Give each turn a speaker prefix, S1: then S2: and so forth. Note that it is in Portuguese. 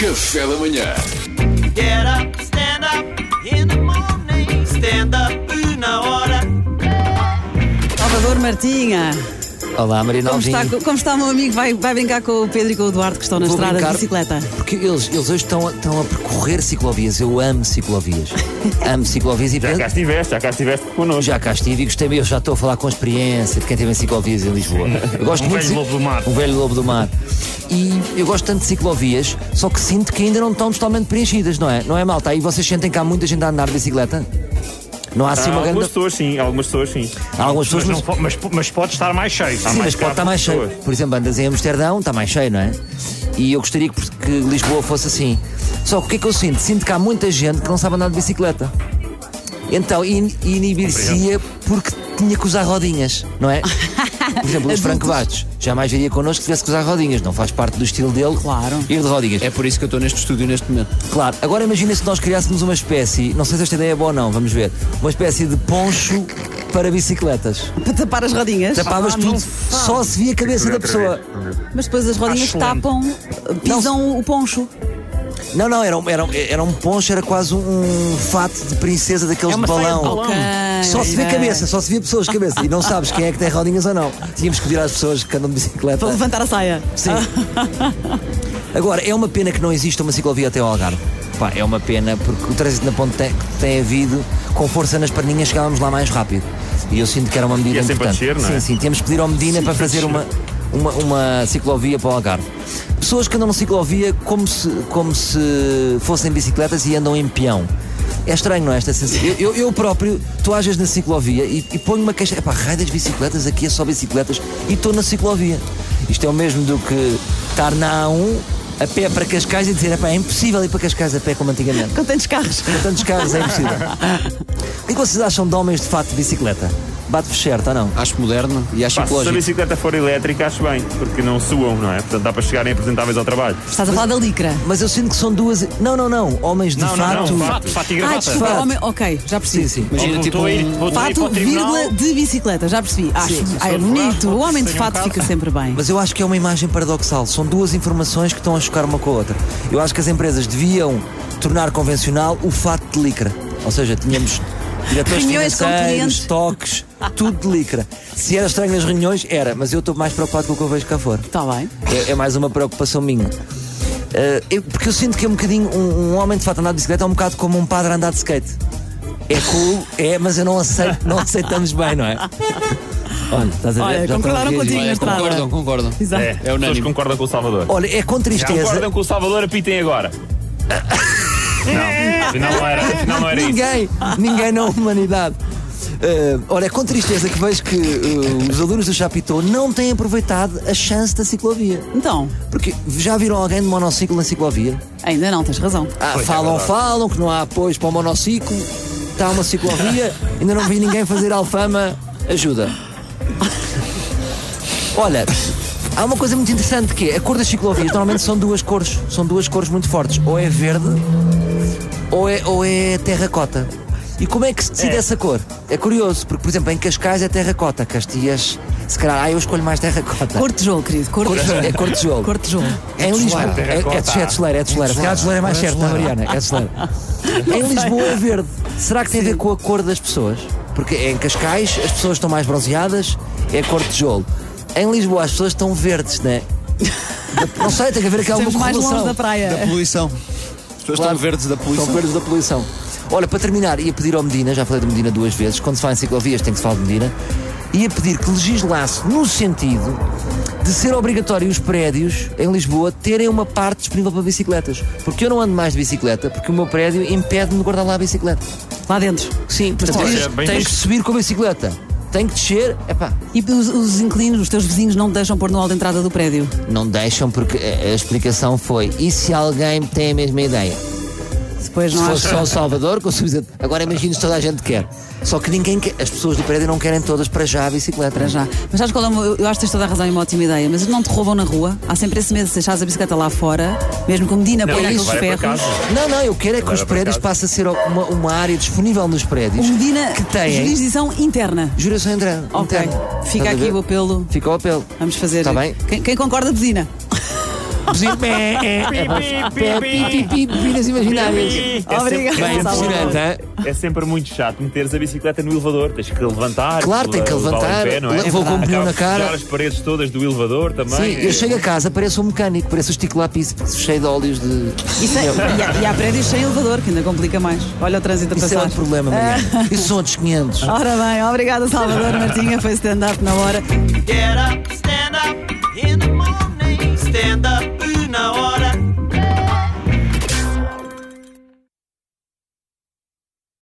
S1: Café da manhã.
S2: Get up, stand up in the morning. Stand up na hora.
S3: Salvador Martinha,
S4: Olá, Marina
S3: como
S4: Alvim.
S3: está, como está o meu amigo? Vai, vai brincar com o Pedro e com o Eduardo que estão na
S4: Vou
S3: estrada
S4: brincar.
S3: de bicicleta.
S4: Porque eles, eles hoje estão, a- estão a percorrer ciclovias. Eu amo ciclovias. amo ciclovias e
S5: Já cá estiveste, já cá estiveste connosco.
S4: Já cá estive e gostei, eu já estou a falar com experiência de quem teve em ciclovias em Lisboa. Eu gosto
S5: Um
S4: muito de
S5: velho
S4: ci-
S5: lobo do mar.
S4: Um velho lobo do mar. E eu gosto tanto de ciclovias, só que sinto que ainda não estão totalmente preenchidas, não é? Não é malta? Aí vocês sentem que há muita gente a andar de bicicleta? Não há assim
S5: Há
S4: uma
S5: algumas
S4: grande.
S5: pessoas sim, algumas pessoas sim.
S4: Há algumas pessoas,
S6: Mas,
S4: mas-
S6: não po- mas- mas pode estar mais cheio.
S4: Sim, mas pode estar mais cheio.
S5: pessoas.
S4: Por exemplo, andas em Amsterdão, está mais cheio, não é? E eu gostaria que, que Lisboa fosse assim. Só que o que é que eu sinto? Sinto que há muita gente que não sabe andar de bicicleta. Então, in, inibir-se-ia porque tinha que usar rodinhas, não é? Por exemplo, Luís Franco Bastos jamais viria connosco se tivesse que usar rodinhas, não faz parte do estilo dele
S3: Claro.
S4: ir de rodinhas.
S7: É por isso que eu estou neste estúdio neste momento.
S4: Claro, agora imagina se nós criássemos uma espécie, não sei se esta ideia é boa ou não, vamos ver, uma espécie de poncho para bicicletas.
S3: Para tapar as rodinhas.
S4: Tapavas
S3: Ah, não
S4: tudo,
S3: faz.
S4: só se via a cabeça da pessoa.
S3: Mas depois as rodinhas
S6: Acho
S3: tapam, eh, pisam o poncho.
S4: Não, não, era um, era, um- era um poncho, era quase um, um fato de princesa daqueles
S6: É uma
S4: de
S6: saia de
S4: balão.
S6: balão. Ok,
S4: Só se vê
S3: ok.
S4: cabeça, só se vê pessoas de cabeça. E não sabes quem é que tem rodinhas ou não. Tínhamos que virar as pessoas que andam de bicicleta.
S3: Para levantar a saia.
S4: Sim. Agora, é uma pena que não exista uma ciclovia até ao Algarve. Pá, é uma pena, porque o trânsito na ponte tem, tem havido, com força nas perninhas, chegávamos lá mais rápido. E eu sinto que era uma medida
S5: E é sempre a
S4: importante.
S5: descer, não é?
S4: Sim, sim, temos que pedir ao Medina para fazer uma, uma, uma ciclovia para o Algarve. Pessoas que andam na ciclovia como se, como se fossem bicicletas e andam em peão. É estranho, não é? Esta sensação. Eu, eu, eu próprio, tu às vezes na ciclovia e, e ponho uma queixa. Epá, raio das bicicletas, aqui é só bicicletas e estou na ciclovia. Isto é o mesmo do que estar na A1 a pé para Cascais e dizer, epá, é impossível ir para Cascais a pé como antigamente.
S3: Com tantos carros.
S4: Com tantos carros é impossível. O que é que vocês acham de homens de fato de bicicleta? Bate-vos certo ou não?
S7: Acho moderno e acho
S5: Pá, se a
S7: ecológico.
S5: bicicleta for elétrica, acho bem, porque não suam, não é? Portanto, dá para chegarem apresentáveis ao trabalho.
S3: Estás a falar da licra.
S4: Mas eu sinto que são duas. Não, não, não. Homens de
S6: Não, não,
S4: fato.
S6: não. Fato, fato e
S3: Ah,
S6: gravata.
S3: desculpa,
S4: Fato.
S3: homem. Ok, já
S4: Sim,
S3: percebi.
S4: sim.
S7: Imagina,
S6: Não
S7: tipo,
S6: estou a ir-
S7: um-
S6: vou- vou ir para
S3: Fato,
S6: o tribunal.
S3: vírgula, de bicicleta, já percebi. Acho, ah, é
S6: for
S3: bonito.
S6: fraco,
S3: O homem de
S6: tenho um
S3: fato
S6: carro.
S3: fica sempre bem.
S4: Mas eu acho que é uma imagem paradoxal. São duas informações que estão a chocar uma com a outra. Eu acho que as empresas deviam tornar convencional o fato de licra. Ou seja, tínhamos diretores
S3: Reuniões com
S4: financeiros,
S3: clientes.
S4: toques, tudo de licra. Se era estranho nas reuniões, era. Mas eu estou mais preocupado com o que eu vejo cá fora.
S3: Está Tá bem.
S4: É, é mais uma preocupação minha. Eh, eu- porque eu sinto que é um bocadinho. Um, um homem de fato andar de bicicleta é um bocado como um padre andar de skate. É cool, é, mas eu não aceito, não aceitamos bem, não é? Olha, estás a ver?
S3: Olha,
S4: Já estão
S3: concordaram
S4: a reagir.
S3: contigo.
S7: Olha,
S3: estrada.
S7: concordam, concordam.
S3: Exato.
S5: É, as pessoas
S7: unânime.
S5: concordam com o Salvador.
S4: Olha, é com
S5: Já
S4: tristeza.
S5: concordam com o Salvador, apitem agora. não, afinal não era, afinal não era isso.
S4: Ninguém, ninguém na humanidade. Eh, ora, é com tristeza que vejo que eh, os alunos do Chapitão não têm aproveitado a chance da ciclovia.
S3: Então,
S4: Porque já viram alguém de monociclo na ciclovia?
S3: ainda não, tens razão.
S4: Ah, falam, falam que não há apoios para o monociclo, está uma ciclovia, ainda não vi ninguém fazer alfama, ajuda. Olha, há uma coisa muito interessante que é, a cor das ciclovias normalmente são duas cores, são duas cores muito fortes, ou é verde ou é, ou é terracota. E como é que se decide
S5: É.
S4: essa cor? É curioso, porque por exemplo em Cascais é terracota, Castias, se calhar, ah, eu escolho mais terracota.
S3: Cor de tijolo, querido. Cor
S4: Cor
S3: de
S4: de
S3: tijolo.
S4: tijolo, é cor de tijolo.
S3: Cor de tijolo.
S4: É em Lisboa. É, é, de- é de celeira, é de celeira. Se calhar de celeira é mais certo, não, Mariana? É de celeira. em Lisboa é verde. Será que tem a ver com a cor das pessoas? Porque é em Cascais as pessoas estão mais bronzeadas, é cor de tijolo. Em Lisboa as pessoas estão verdes, não é? Não sei, tem que haver aqui alguma
S3: Estamos mais longe
S4: correlação.
S3: da praia.
S7: Da poluição. As pessoas
S4: Claro.
S7: estão verdes da
S4: São
S7: poluição.
S4: verdes da poluição. Olha, para terminar, ia pedir ao Medina, já falei de Medina duas vezes, quando se fala em ciclovias tem que se falar de Medina, ia pedir que legislasse no sentido de ser obrigatório os prédios em Lisboa terem uma parte disponível para bicicletas. Porque eu não ando mais de bicicleta, porque o meu prédio impede-me de guardar lá a bicicleta.
S3: Lá dentro.
S4: Sim, mas
S5: olha,
S4: tens,
S5: bem
S4: tens
S5: visto.
S4: que subir com a bicicleta. Tem que descer, epá,
S3: E os, os inquilinos, os teus vizinhos, não te deixam pôr no hall de entrada do prédio.
S4: não deixam porque a, a explicação foi, e se alguém tem a mesma ideia?
S3: Depois
S4: Se
S3: não
S4: fosse
S3: acho.
S4: só o Salvador, com o subsídio. Agora imagina se toda a gente quer. Só que ninguém quer. As pessoas do prédio não querem todas para já a bicicleta.
S3: Para já. Mas sabes qual é o meu- Eu acho que tens toda a razão e uma ótima ideia, mas não te roubam na rua. Há sempre esse medo de deixares a bicicleta lá fora, mesmo com Medina põe
S5: Não, é
S3: aqueles
S5: vai para
S3: ferros.
S5: casa.
S4: Não, não, eu quero é que
S5: Agora
S4: os prédios
S5: para
S4: passem a ser uma, uma área disponível nos
S3: O
S4: prédios.
S3: Medina,
S4: Que têm.
S3: jurisdição interna.
S4: Juração interna.
S3: Ok.
S4: interna.
S3: Fica
S4: Estás a
S3: aqui
S4: ver?
S3: o apelo.
S4: Fica o apelo.
S3: Vamos fazer.
S4: Está bem?
S3: Quem, quem concorda, Medina?
S4: produzir pé, é, é,
S6: Pi, pi,
S4: pé,
S6: pi,
S4: pi, pi, pi, bebidas imaginárias.
S5: Pi, pi. É
S3: Obrigada,
S5: sempre-
S4: Bem
S3: Salvador.
S4: impressionante, hã?
S5: É sempre muito chato meteres a bicicleta no elevador. Tens que levantar.
S4: Claro, tem que
S5: levá-la em
S4: levantar,
S5: pé, não é?
S4: levou o
S5: Acabas
S4: comprimão
S5: de
S4: na cara.
S5: sujar as paredes todas do elevador também.
S4: Sim,
S5: É.
S4: eu chego a casa, pareço um mecânico, pareço um estico lápis cheio de óleos de.
S3: Isso é- e, há, e há prédios sem elevador, que ainda complica mais. Olha o trânsito a
S4: Isso é
S3: passar. Ah.
S4: outro problema, Mariana. Isso são outros 500.
S3: Ora bem, obrigada Salvador Martinha, foi stand-up na hora.
S2: Get up, stand up